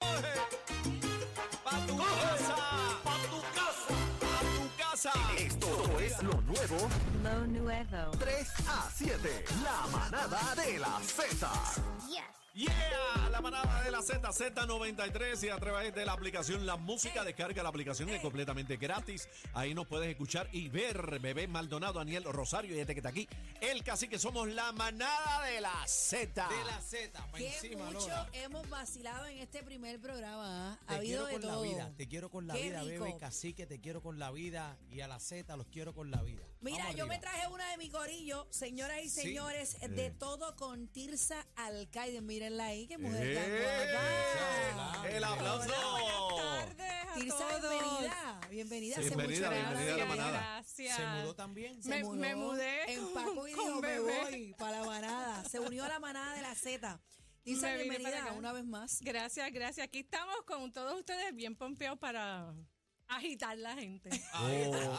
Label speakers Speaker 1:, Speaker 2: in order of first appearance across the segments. Speaker 1: Pa' tu casa, pa' tu casa, pa' tu casa. Esto es lo nuevo
Speaker 2: Lo nuevo.
Speaker 1: 3 a 7, la manada de la Z. Yeah, la manada de la Z, Z93 y a través de la aplicación La Música, descarga la aplicación es completamente gratis. Ahí nos puedes escuchar y ver Bebé Maldonado, Daniel Rosario y este que está aquí. El que somos la manada de la Z.
Speaker 3: De la Z, para
Speaker 4: Qué
Speaker 3: encima,
Speaker 4: mucho
Speaker 3: Lola.
Speaker 4: hemos vacilado en este primer programa. ¿ah?
Speaker 3: Te
Speaker 4: Ha habido
Speaker 3: quiero
Speaker 4: de
Speaker 3: con la
Speaker 4: todo.
Speaker 3: vida, te quiero con la
Speaker 4: Qué
Speaker 3: vida,
Speaker 4: rico.
Speaker 3: bebé, cacique, te quiero con la vida. Y a la Z los quiero con la vida.
Speaker 4: Mira,
Speaker 3: Vamos
Speaker 4: yo me
Speaker 3: arriba.
Speaker 4: traje una de mi corillo, señoras y
Speaker 3: Sí. Eh.
Speaker 4: señores, de todo con Tirsa Alcaide. Mírenla ahí, qué mujer tan
Speaker 3: Eh.
Speaker 4: guapa.
Speaker 1: ¡Eh! El aplauso.
Speaker 5: Buenas tardes a
Speaker 4: Tirsa,
Speaker 5: todos.
Speaker 4: bienvenida. Bienvenida. hace
Speaker 1: Bienvenida,
Speaker 4: mucho que no
Speaker 1: bienvenida a la
Speaker 4: hablas.
Speaker 1: manada.
Speaker 5: Gracias.
Speaker 3: Se mudó también.
Speaker 4: Se
Speaker 5: Me-
Speaker 4: mudó,
Speaker 5: me mudé
Speaker 4: Empacó
Speaker 5: con-
Speaker 4: y
Speaker 5: con
Speaker 4: dijo, me
Speaker 5: bebé".
Speaker 4: voy para la manada. Se unió a la manada de la Z. Tirsa,
Speaker 5: Me vine para
Speaker 4: bienvenida
Speaker 5: acá.
Speaker 4: una vez más.
Speaker 5: Gracias, gracias. Aquí estamos con todos ustedes bien pompeados para agitar la gente.
Speaker 1: Oh,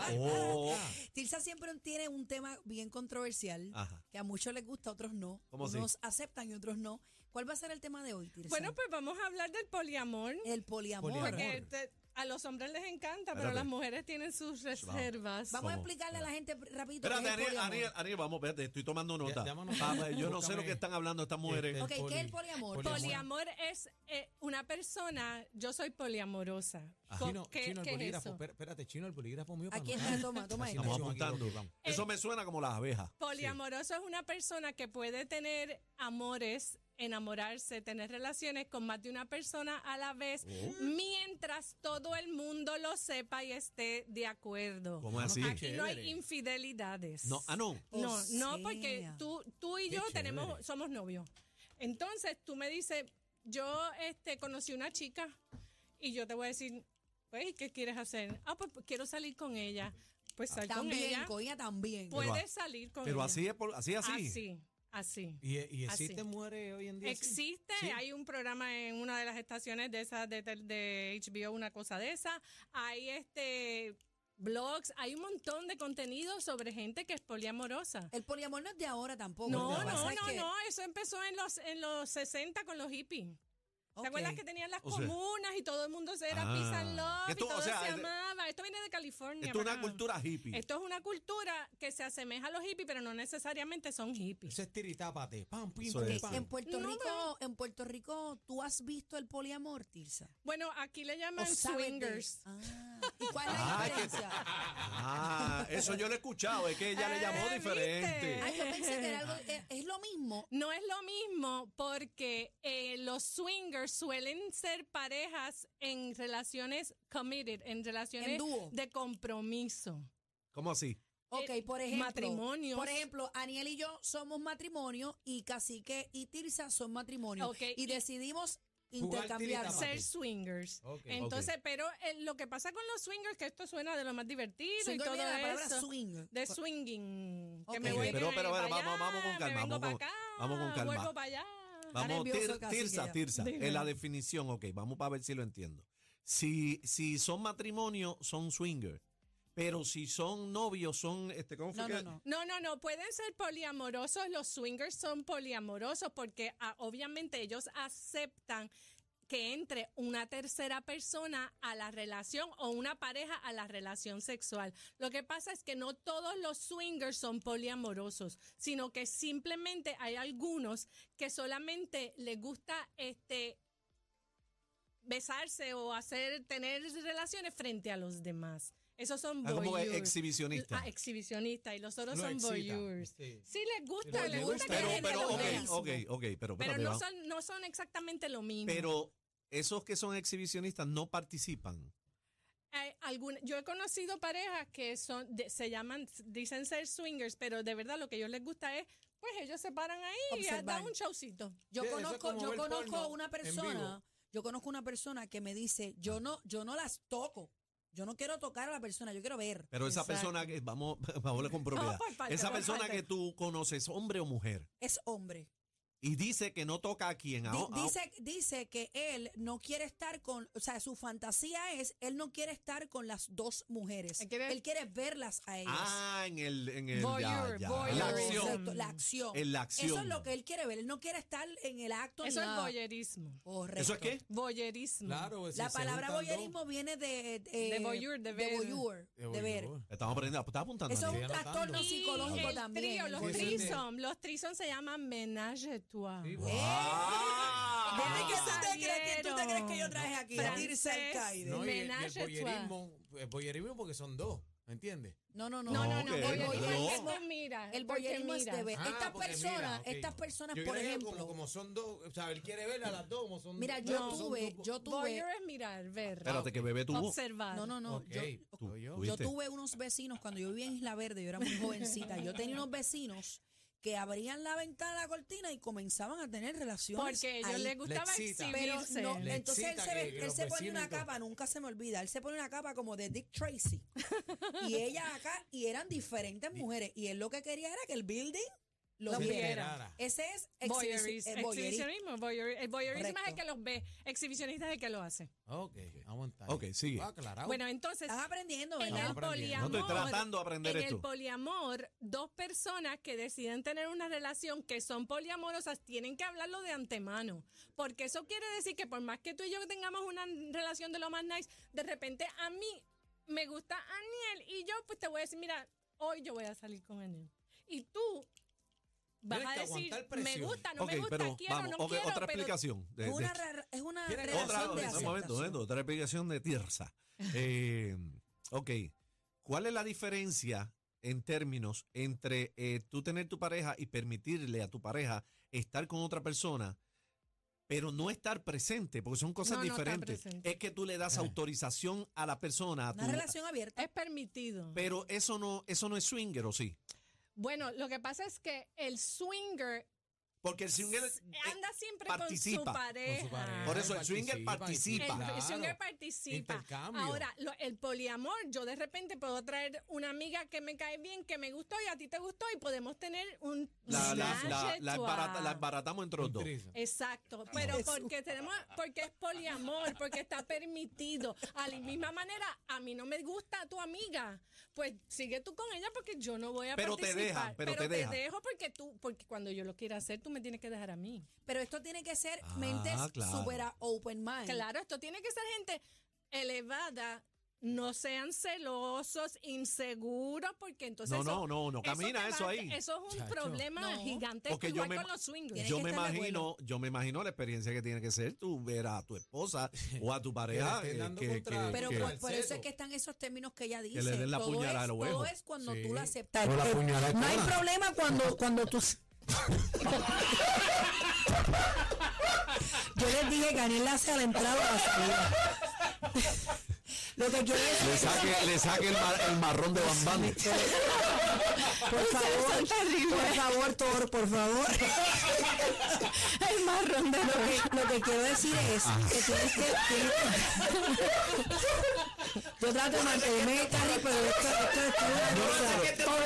Speaker 1: oh.
Speaker 4: Tirsa siempre tiene un tema bien controversial
Speaker 1: Ajá.
Speaker 4: que a muchos les gusta, a otros no.
Speaker 1: ¿Cómo así?
Speaker 4: Unos aceptan y otros no. ¿Cuál va a ser el tema de hoy, Tirsa?
Speaker 5: Bueno, pues vamos a hablar del poliamor.
Speaker 4: el poliamor.
Speaker 3: Poliamor.
Speaker 5: que te- a los hombres les encanta, pero
Speaker 1: Espérate.
Speaker 5: las mujeres tienen sus reservas.
Speaker 4: Vamos a
Speaker 1: ¿Cómo?
Speaker 4: explicarle a la gente rapidito qué
Speaker 1: Espérate,
Speaker 4: es el
Speaker 1: Ariel,
Speaker 4: poliamor.
Speaker 1: Ariel, Ariel, vamos, espérate, estoy tomando nota.
Speaker 3: llama nota.
Speaker 1: Papá, yo no sé
Speaker 3: Búscame.
Speaker 1: lo que están hablando estas mujeres.
Speaker 3: Este,
Speaker 4: Ok, ¿qué es el poliamor?
Speaker 5: Poliamor es eh, una persona, yo soy poliamorosa. Co-
Speaker 3: Ah. Chino,
Speaker 5: ¿qué-
Speaker 3: chino, el
Speaker 5: qué es
Speaker 3: bolígrafo.
Speaker 5: eso?
Speaker 3: espera- Espérate, chino, el bolígrafo mío. para
Speaker 4: Aquí
Speaker 3: anotar.
Speaker 4: está, toma, toma
Speaker 3: Así
Speaker 4: esto.
Speaker 1: Estamos
Speaker 3: nació aquí,
Speaker 1: apuntando.
Speaker 3: ok, vamos.
Speaker 1: Eso me suena como las abejas.
Speaker 5: Poliamoroso es una persona que puede tener amores, enamorarse, tener relaciones con más de una persona a la vez,
Speaker 1: Oh.
Speaker 5: mientras todo el mundo lo sepa y esté de acuerdo.
Speaker 1: ¿Cómo es así?
Speaker 3: Qué
Speaker 5: Aquí no hay
Speaker 3: chévere.
Speaker 5: infidelidades.
Speaker 1: No, ah, no.
Speaker 5: No,
Speaker 4: O
Speaker 5: no,
Speaker 4: sea.
Speaker 5: porque tú, tú y
Speaker 3: Qué
Speaker 5: yo
Speaker 3: chévere.
Speaker 5: tenemos, somos novios. Entonces tú me dices, yo este, conocí una chica y yo te voy a decir, pues, ¿y ¿qué quieres hacer? Ah, pues pues, quiero salir con ella. Pues sal con
Speaker 4: También,
Speaker 5: ella.
Speaker 4: coña, también.
Speaker 1: Pues-
Speaker 5: Puedes salir con
Speaker 1: Pero
Speaker 5: ella.
Speaker 1: así es, por- así es así.
Speaker 5: Así, así.
Speaker 3: ¿Y, y
Speaker 5: Así.
Speaker 3: existen mujeres hoy en día? así?
Speaker 5: Existe,
Speaker 3: Sí.
Speaker 5: hay un programa en una de las estaciones de esas de, tel- de HBO, una cosa de esa. Hay este blogs, hay un montón de contenido sobre gente que es poliamorosa.
Speaker 4: El poliamor no es de ahora tampoco. Lo
Speaker 5: No,
Speaker 4: que
Speaker 5: no,
Speaker 4: pasa
Speaker 5: no,
Speaker 4: es que-
Speaker 5: no, eso empezó en los en los 60 con los hippies.
Speaker 4: Ok.
Speaker 5: ¿Te acuerdas que tenían las
Speaker 1: O sea-
Speaker 5: comunas y todo el mundo se era
Speaker 1: Ah.
Speaker 5: peace and love
Speaker 1: Esto,
Speaker 5: y todo
Speaker 1: o sea,
Speaker 5: se
Speaker 1: es de-
Speaker 5: amaba? Esto viene de California.
Speaker 1: Esto es una
Speaker 5: para acá.
Speaker 1: cultura hippie.
Speaker 5: Esto es una cultura que se asemeja a los hippies, pero no necesariamente son hippies.
Speaker 3: Eso es tiritápate. Pam, pim,
Speaker 1: Eso
Speaker 3: pum,
Speaker 1: es.
Speaker 3: pam.
Speaker 4: En Puerto
Speaker 5: No,
Speaker 4: Rico, en Puerto Rico, ¿tú has visto el poliamor, Tirsa?
Speaker 5: Bueno, aquí le
Speaker 4: ¿O
Speaker 5: llaman
Speaker 4: sabes de-
Speaker 5: swingers.
Speaker 4: Ah, ¿Y cuál es
Speaker 1: Ah,
Speaker 4: la
Speaker 1: es que-
Speaker 4: diferencia?
Speaker 1: Ah, eso yo lo he escuchado, es que ella le llamó
Speaker 5: Eh,
Speaker 1: diferente.
Speaker 5: ¿viste?
Speaker 4: Ay, yo pensé que era algo, es- es lo mismo,
Speaker 5: No es lo mismo porque eh, los swingers suelen ser parejas en relaciones committed, en
Speaker 4: en
Speaker 5: relaciones
Speaker 4: dúo.
Speaker 5: de compromiso.
Speaker 1: ¿Cómo así?
Speaker 4: Ok,
Speaker 5: eh,
Speaker 4: por ejemplo.
Speaker 5: matrimonios.
Speaker 4: Por ejemplo, Aniel y yo somos matrimonio y Cacique y Tirsa son matrimonio.
Speaker 5: Ok,
Speaker 4: y
Speaker 5: y-
Speaker 4: decidimos
Speaker 3: Jugar
Speaker 4: intercambiarnos.
Speaker 3: tirita,
Speaker 5: Ser swingers.
Speaker 3: Ok.
Speaker 5: Entonces, pero eh, lo que pasa con los swingers, que esto suena de lo más divertido
Speaker 4: Swing,
Speaker 5: y todo
Speaker 4: viene la palabra
Speaker 5: eso.
Speaker 4: swing.
Speaker 5: De swinging.
Speaker 4: Ok.
Speaker 5: Que me
Speaker 4: Ok,
Speaker 5: voy
Speaker 1: pero-
Speaker 5: de-
Speaker 1: pero-
Speaker 5: pa'
Speaker 1: pero vamos-
Speaker 5: allá,
Speaker 1: vamos con
Speaker 5: me
Speaker 1: calma, vamos
Speaker 5: vengo pa'
Speaker 1: con-
Speaker 5: acá,
Speaker 1: vamos con calma.
Speaker 5: Vuelvo para allá.
Speaker 1: Vamos,
Speaker 4: nervioso,
Speaker 1: Tir-
Speaker 4: casi, que
Speaker 1: Tirsa,
Speaker 4: ya.
Speaker 1: Tirsa,
Speaker 5: Dime.
Speaker 1: en la definición, ok, vamos para ver si lo entiendo. Si, si son matrimonio, son swingers. Pero si son novios, son, este, ¿cómo fue
Speaker 4: No,
Speaker 1: que?
Speaker 4: no, no.
Speaker 5: No, no, no, pueden ser poliamorosos, los swingers son poliamorosos porque ah, obviamente ellos aceptan que entre una tercera persona a la relación o una pareja a la relación sexual. Lo que pasa es que no todos los swingers son poliamorosos, sino que simplemente hay algunos que solamente les gusta este besarse o hacer tener relaciones frente a los demás. Esos son
Speaker 1: Ah, como
Speaker 5: voyeurs.
Speaker 1: exhibicionista.
Speaker 5: Ah, exhibicionista. Y los otros
Speaker 3: Lo
Speaker 5: son
Speaker 3: excita,
Speaker 5: voyeurs.
Speaker 3: sí.
Speaker 5: Sí, les gusta,
Speaker 3: Pero
Speaker 5: les
Speaker 3: les
Speaker 5: gusta
Speaker 3: gusta.
Speaker 5: que
Speaker 1: Pero,
Speaker 5: la gente
Speaker 1: pero,
Speaker 5: los
Speaker 1: ok,
Speaker 5: vea.
Speaker 1: ok, ok, pero,
Speaker 5: Pero
Speaker 1: espérate,
Speaker 5: no
Speaker 1: vamos.
Speaker 5: son, no son exactamente lo mismo.
Speaker 1: pero esos que son exhibicionistas no participan.
Speaker 5: Hay algún- yo he conocido parejas que son de- se llaman, dicen ser swingers, pero de verdad lo que a ellos les gusta es, pues ellos se paran ahí y
Speaker 4: Observar.
Speaker 5: dan un showcito.
Speaker 4: Yo
Speaker 3: Sí, eso es
Speaker 4: conozco,
Speaker 3: como
Speaker 4: yo
Speaker 3: ver
Speaker 4: conozco
Speaker 3: porno
Speaker 4: una
Speaker 3: en vivo.
Speaker 4: persona, yo conozco una persona que me dice, yo no, yo no las toco. Yo no quiero tocar a la persona, yo quiero ver.
Speaker 1: Pero esa
Speaker 4: Exacto.
Speaker 1: persona que, vamos, vamos a hablar con propiedad.
Speaker 5: por parte,
Speaker 1: esa
Speaker 5: por
Speaker 1: persona
Speaker 5: parte.
Speaker 1: que tú conoces, hombre o mujer,
Speaker 4: es hombre.
Speaker 1: y dice que no toca a quien. a-
Speaker 4: Di-
Speaker 1: a-
Speaker 4: dice, dice que él no quiere estar con, o sea, su fantasía es, él no quiere estar con las dos mujeres.
Speaker 5: Él
Speaker 4: Él
Speaker 5: quiere-
Speaker 4: quiere, verlas a ellas.
Speaker 1: ah, en el. En el ya,
Speaker 5: Voyeur,
Speaker 1: ya,
Speaker 5: voyeur.
Speaker 1: en la
Speaker 4: Exacto,
Speaker 1: acción.
Speaker 4: la acción.
Speaker 1: En la acción.
Speaker 4: Eso es lo que él quiere ver. Él no quiere estar en el acto. ni
Speaker 5: Eso es
Speaker 4: nada.
Speaker 5: voyerismo.
Speaker 4: Correcto.
Speaker 1: ¿Eso es qué?
Speaker 5: Voyerismo.
Speaker 3: Claro, si
Speaker 4: La
Speaker 3: se
Speaker 4: palabra
Speaker 3: juntan dos-
Speaker 4: voyerismo viene de...
Speaker 5: De voyeur, de ver.
Speaker 4: voyeur,
Speaker 3: Eh,
Speaker 4: de ver.
Speaker 3: voyeur.
Speaker 1: Estamos aprendiendo. ah, pues, Estás apuntando.
Speaker 4: Eso es
Speaker 1: Aniel.
Speaker 4: un
Speaker 3: Estoy anotando.
Speaker 4: trastorno
Speaker 3: Y
Speaker 4: psicológico
Speaker 5: el
Speaker 4: también.
Speaker 5: trío, los
Speaker 3: Sí, sí, sí.
Speaker 5: trisom, los trisom se llaman menage a trois.
Speaker 4: ¡Eh!
Speaker 3: Sí,
Speaker 1: Ah.
Speaker 4: Dime que tú te
Speaker 5: Salieron.
Speaker 4: crees que tú te crees que yo traje aquí a
Speaker 5: Francés.
Speaker 4: Tirsa Alcaide.
Speaker 3: No, y- y el
Speaker 5: Menage a trois.
Speaker 3: voyerismo, el voyerismo porque son dos, ¿me entiendes?
Speaker 4: No, no, no.
Speaker 5: No, no,
Speaker 1: No,
Speaker 5: no.
Speaker 1: que-
Speaker 5: voyeurismo
Speaker 1: no.
Speaker 5: es que mira.
Speaker 4: El
Speaker 5: porque
Speaker 4: voyerismo es
Speaker 5: mira.
Speaker 4: de ver.
Speaker 3: Ah,
Speaker 4: estas
Speaker 3: porque mira,
Speaker 4: personas,
Speaker 3: ok.
Speaker 4: estas personas,
Speaker 3: Yo
Speaker 4: por
Speaker 3: creo que
Speaker 4: ejemplo.
Speaker 3: Como, como son dos, o sea, él quiere ver a las dos como son
Speaker 4: Mira,
Speaker 3: dos.
Speaker 4: yo
Speaker 3: son
Speaker 4: tuve,
Speaker 3: dos-
Speaker 4: yo tuve.
Speaker 5: Voyeur es mirar, ver.
Speaker 1: Espérate, que bebé tuvo.
Speaker 5: observar.
Speaker 4: No, no, no.
Speaker 3: Ok,
Speaker 4: Yo,
Speaker 1: Tú-
Speaker 3: yo-
Speaker 4: yo
Speaker 1: ¿Viste?
Speaker 4: tuve unos vecinos cuando yo vivía en Isla Verde, yo era muy jovencita. Yo tenía unos vecinos que abrían la ventana de la cortina y comenzaban a tener relaciones.
Speaker 5: Porque a ellos
Speaker 4: ahí.
Speaker 5: les gustaba
Speaker 3: excita.
Speaker 4: Pero
Speaker 5: exhibirse.
Speaker 4: no,
Speaker 3: Le
Speaker 4: entonces él
Speaker 3: excita
Speaker 4: se,
Speaker 3: que-
Speaker 4: ve-
Speaker 3: que
Speaker 4: él
Speaker 3: los
Speaker 4: se pone
Speaker 3: vecinos y
Speaker 4: una
Speaker 3: todo.
Speaker 4: capa, nunca se me olvida, él se pone una capa como de Dick Tracy. y ella acá, y eran diferentes mujeres. Y él lo que quería era que el building lo
Speaker 5: Lo
Speaker 4: viera.
Speaker 3: viera.
Speaker 4: Ese es
Speaker 5: Voyeuris-
Speaker 4: exhibici- eh, voyeurismo.
Speaker 5: Exhibicionismo. voyeur- El voyeurismo es el
Speaker 4: Correcto.
Speaker 5: que los ve. Exhibicionista es el que lo hace.
Speaker 3: Ok, aguanta.
Speaker 1: Ok, sigue.
Speaker 3: Ah, aclarado.
Speaker 5: Bueno, entonces,
Speaker 4: Estás Ah, aprendiendo,
Speaker 5: en
Speaker 4: ¿verdad?
Speaker 5: el
Speaker 3: aprendiendo.
Speaker 5: poliamor.
Speaker 1: No estoy tratando de aprender
Speaker 5: en
Speaker 1: esto.
Speaker 5: el poliamor, dos personas que deciden tener una relación que son poliamorosas tienen que hablarlo de antemano. Porque eso quiere decir que por más que tú y yo tengamos una relación de lo más nice, de repente a mí me gusta Aniel y yo pues te voy a decir, mira, hoy yo voy a salir con Aniel. Y tú vas
Speaker 3: Tienes
Speaker 5: a
Speaker 3: que
Speaker 5: decir,
Speaker 3: aguantar
Speaker 5: me
Speaker 3: presión.
Speaker 5: gusta, no
Speaker 1: ok,
Speaker 5: me gusta,
Speaker 1: pero
Speaker 5: quiero,
Speaker 1: vamos.
Speaker 5: no
Speaker 1: ok,
Speaker 5: quiero,
Speaker 1: otra
Speaker 5: pero
Speaker 1: explicación. de-
Speaker 4: Es
Speaker 1: de-
Speaker 4: una, ra- es una
Speaker 3: Tiene que-
Speaker 1: Otra,
Speaker 4: relación de
Speaker 1: un momento, un momento,
Speaker 4: aceptación.
Speaker 1: otra explicación de Tirsa. Eh, ok, ¿cuál es la diferencia en términos entre eh, tú tener tu pareja y permitirle a tu pareja estar con otra persona, pero no estar presente? Porque son cosas
Speaker 5: No, no estar
Speaker 1: diferentes.
Speaker 5: presente.
Speaker 1: es que tú le
Speaker 4: Eh.
Speaker 1: das autorización a la persona. a
Speaker 4: Una
Speaker 1: tu-
Speaker 4: relación abierta.
Speaker 5: es permitido.
Speaker 1: pero eso no, eso no es swinger, ¿o sí?
Speaker 5: Bueno, lo que pasa es que el swinger
Speaker 1: Porque el swinger... eh,
Speaker 5: anda siempre
Speaker 1: participa con
Speaker 5: con su
Speaker 1: su
Speaker 5: pareja.
Speaker 3: pareja.
Speaker 1: Por eso el swinger
Speaker 5: El,
Speaker 1: participa.
Speaker 3: Claro.
Speaker 5: el swinger participa.
Speaker 3: Intercambio.
Speaker 5: Ahora, lo- el poliamor, yo de repente puedo traer una amiga que me cae bien, que me gustó y a ti te gustó y podemos tener un...
Speaker 1: la, la-
Speaker 5: menage
Speaker 1: la- la
Speaker 5: a trois.
Speaker 1: embarata- la Ah, embaratamos entre los dos.
Speaker 3: Trisomía.
Speaker 5: Exacto, pero porque tenemos, porque es poliamor, porque está permitido. A la misma manera, a mí no me gusta tu amiga, pues sigue tú con ella porque yo no voy a
Speaker 1: Pero te
Speaker 5: participar.
Speaker 1: dejan, pero te dejan.
Speaker 5: dejo porque tú, porque cuando yo lo quiera hacer, tú me tienes que dejar a mí.
Speaker 4: Pero esto tiene que ser
Speaker 1: Ah,
Speaker 4: mentes
Speaker 1: claro.
Speaker 4: super open mind.
Speaker 5: Claro, esto tiene que ser gente elevada. No sean celosos, inseguros, porque entonces.
Speaker 1: No,
Speaker 5: eso-
Speaker 1: no, no, no
Speaker 5: te
Speaker 1: camina
Speaker 5: va-
Speaker 1: eso ahí.
Speaker 5: Eso es un
Speaker 3: Chacho.
Speaker 5: problema
Speaker 4: No.
Speaker 5: gigantesco,
Speaker 1: Porque yo
Speaker 5: igual
Speaker 1: me-
Speaker 5: con los swingers.
Speaker 4: Tienes
Speaker 1: yo
Speaker 4: que
Speaker 1: me
Speaker 4: estar de
Speaker 1: imagino, yo me imagino la experiencia que tiene que ser tú ver a tu esposa o a tu pareja
Speaker 3: Que le estén
Speaker 1: eh,
Speaker 3: dando
Speaker 1: que,
Speaker 3: contra-
Speaker 1: que-
Speaker 4: Pero
Speaker 1: que-
Speaker 4: por, por eso
Speaker 3: falseto.
Speaker 4: es que están esos términos que ella dice.
Speaker 1: le den la
Speaker 4: todo
Speaker 1: puñalada
Speaker 4: es,
Speaker 1: al ovejo.
Speaker 4: Todo es cuando
Speaker 3: Sí.
Speaker 4: tú lo aceptas.
Speaker 3: O la
Speaker 4: Eh,
Speaker 3: puñalada
Speaker 4: no hay
Speaker 3: toda.
Speaker 4: problema cuando, cuando tú... yo les dije que Anel hace a la entrada o a la salida. lo que quiero decir
Speaker 1: le
Speaker 4: es que-
Speaker 1: saque, le saque el, mar- el marrón de Bambán.
Speaker 4: Por favor, por favor, Thor, por favor. El marrón de lo que, lo que quiero decir es que tienes que. tienes- Yo trato de mantenerme en el carril, pero esto, esto, esto es una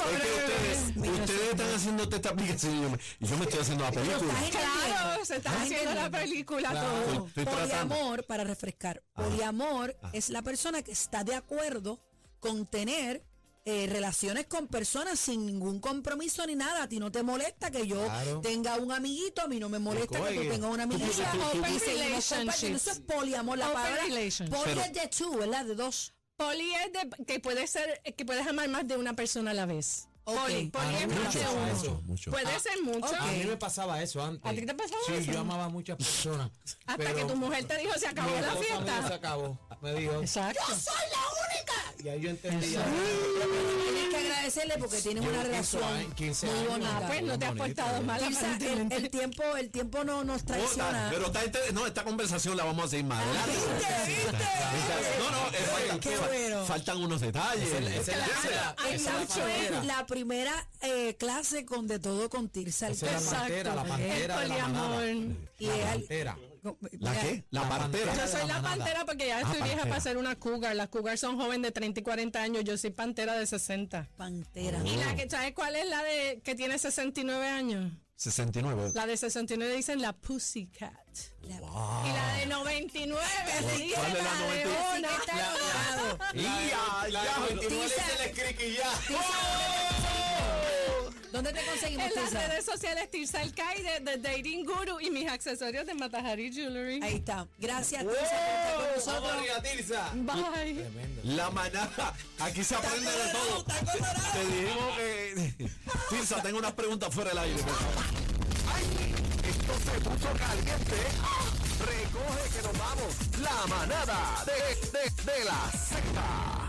Speaker 4: cosa.
Speaker 1: ustedes, ustedes están haciendo esta aplicación y yo me, y yo me estoy haciendo la
Speaker 4: Pero
Speaker 1: película.
Speaker 4: estás entendiendo.
Speaker 5: se está
Speaker 4: Estás entendiendo.
Speaker 5: película
Speaker 3: Claro.
Speaker 1: Estoy- estoy tratando.
Speaker 4: Poliamor, para refrescar, poliamor es la persona que está de acuerdo con tener eh, relaciones con personas sin ningún compromiso ni nada. A ti no te molesta que yo
Speaker 3: Claro.
Speaker 4: tenga un amiguito, a mí no me molesta que tú
Speaker 1: Oye,
Speaker 4: tengas una
Speaker 1: tú pusiste-
Speaker 4: amiguita.
Speaker 1: tú-
Speaker 4: y
Speaker 5: tú-
Speaker 4: seguimos compartiendo. Eso es poliamor. La
Speaker 5: Open
Speaker 4: palabra
Speaker 5: relationship.
Speaker 4: poli
Speaker 1: Pero-
Speaker 4: es de two, ¿verdad? De dos.
Speaker 5: Poli es de, que puede ser, que puedes amar más de una persona a la vez.
Speaker 4: Ok.
Speaker 5: Poli, poli
Speaker 3: Ah,
Speaker 5: es más
Speaker 3: mucho,
Speaker 5: de
Speaker 3: ah,
Speaker 5: uno.
Speaker 3: eso,
Speaker 1: mucho.
Speaker 4: Pues,
Speaker 5: Puede ser mucho.
Speaker 3: A mí me pasaba eso antes.
Speaker 5: ¿A ti te pasaba
Speaker 3: sí,
Speaker 5: eso?
Speaker 3: yo amaba a muchas personas.
Speaker 5: Hasta
Speaker 3: pero
Speaker 5: que tu mujer te dijo se
Speaker 3: mi
Speaker 5: acabó la
Speaker 3: esposa me dijo, Se
Speaker 5: fiesta.
Speaker 3: acabó. Me dijo.
Speaker 5: Exacto.
Speaker 3: Y ahí yo entendí. ya.
Speaker 4: Tienes que agradecerle porque tienes
Speaker 3: Yo
Speaker 4: una
Speaker 3: 15
Speaker 4: relación
Speaker 3: años- 15
Speaker 4: muy
Speaker 3: años.
Speaker 4: bonita.
Speaker 5: Ah, pues no te has
Speaker 3: Bonito,
Speaker 5: portado
Speaker 3: eh.
Speaker 5: mal
Speaker 4: Tirsa, el,
Speaker 5: aparentemente.
Speaker 4: el tiempo, el tiempo no nos
Speaker 1: Otra,
Speaker 4: traiciona.
Speaker 1: pero Oh, está inter- no, esta conversación la vamos a seguir más adelante.
Speaker 4: Ah, ¿Viste? ¿Viste?
Speaker 1: No, no, eh, faltan,
Speaker 4: Qué bueno.
Speaker 1: faltan unos detalles.
Speaker 3: Esa es la- esa es la-
Speaker 4: Esa
Speaker 3: esa es la
Speaker 4: fue
Speaker 3: pantera.
Speaker 4: la primera eh, clase con de todo con Tirsa
Speaker 3: Esa es la
Speaker 4: Alcalde.
Speaker 3: pantera, la
Speaker 4: Exacto.
Speaker 3: pantera de la manada.
Speaker 5: poliamor.
Speaker 4: Y
Speaker 3: La
Speaker 4: al-
Speaker 3: pantera.
Speaker 1: ¿La qué? La partera.
Speaker 5: Yo soy la
Speaker 3: manada.
Speaker 5: pantera porque ya estoy vieja
Speaker 1: Ah, pantera.
Speaker 5: para ser una cougar. Las cougars son jóvenes de 30 y 40 años. Yo soy pantera de 60.
Speaker 4: Pantera.
Speaker 5: ¿Y
Speaker 1: Oh,
Speaker 5: la que sabes cuál es la de que tiene 69 años?
Speaker 1: 69.
Speaker 5: La de 69 dicen la Pussycat. Y la de 99 dice
Speaker 1: Ah. ¿Cuál es la
Speaker 5: la
Speaker 1: 90?
Speaker 5: leona.
Speaker 1: Y ya, ya.
Speaker 4: ¿Dónde te conseguimos,
Speaker 5: En las
Speaker 4: Tisa?
Speaker 5: redes sociales Tirsa El Caide, The Dating Guru y mis accesorios de Matajari Jewelry.
Speaker 4: Ahí está. Gracias, Tisa, por estar con nosotros.
Speaker 5: Bye.
Speaker 1: La manada. Aquí se aprende de todo.
Speaker 4: Está colorado.
Speaker 1: Te dijimos que. Tirsa, tengo unas preguntas fuera del aire. por favor.
Speaker 2: ¡Ay! Esto se puso caliente. Recoge que nos vamos. La manada de, de, de la Z.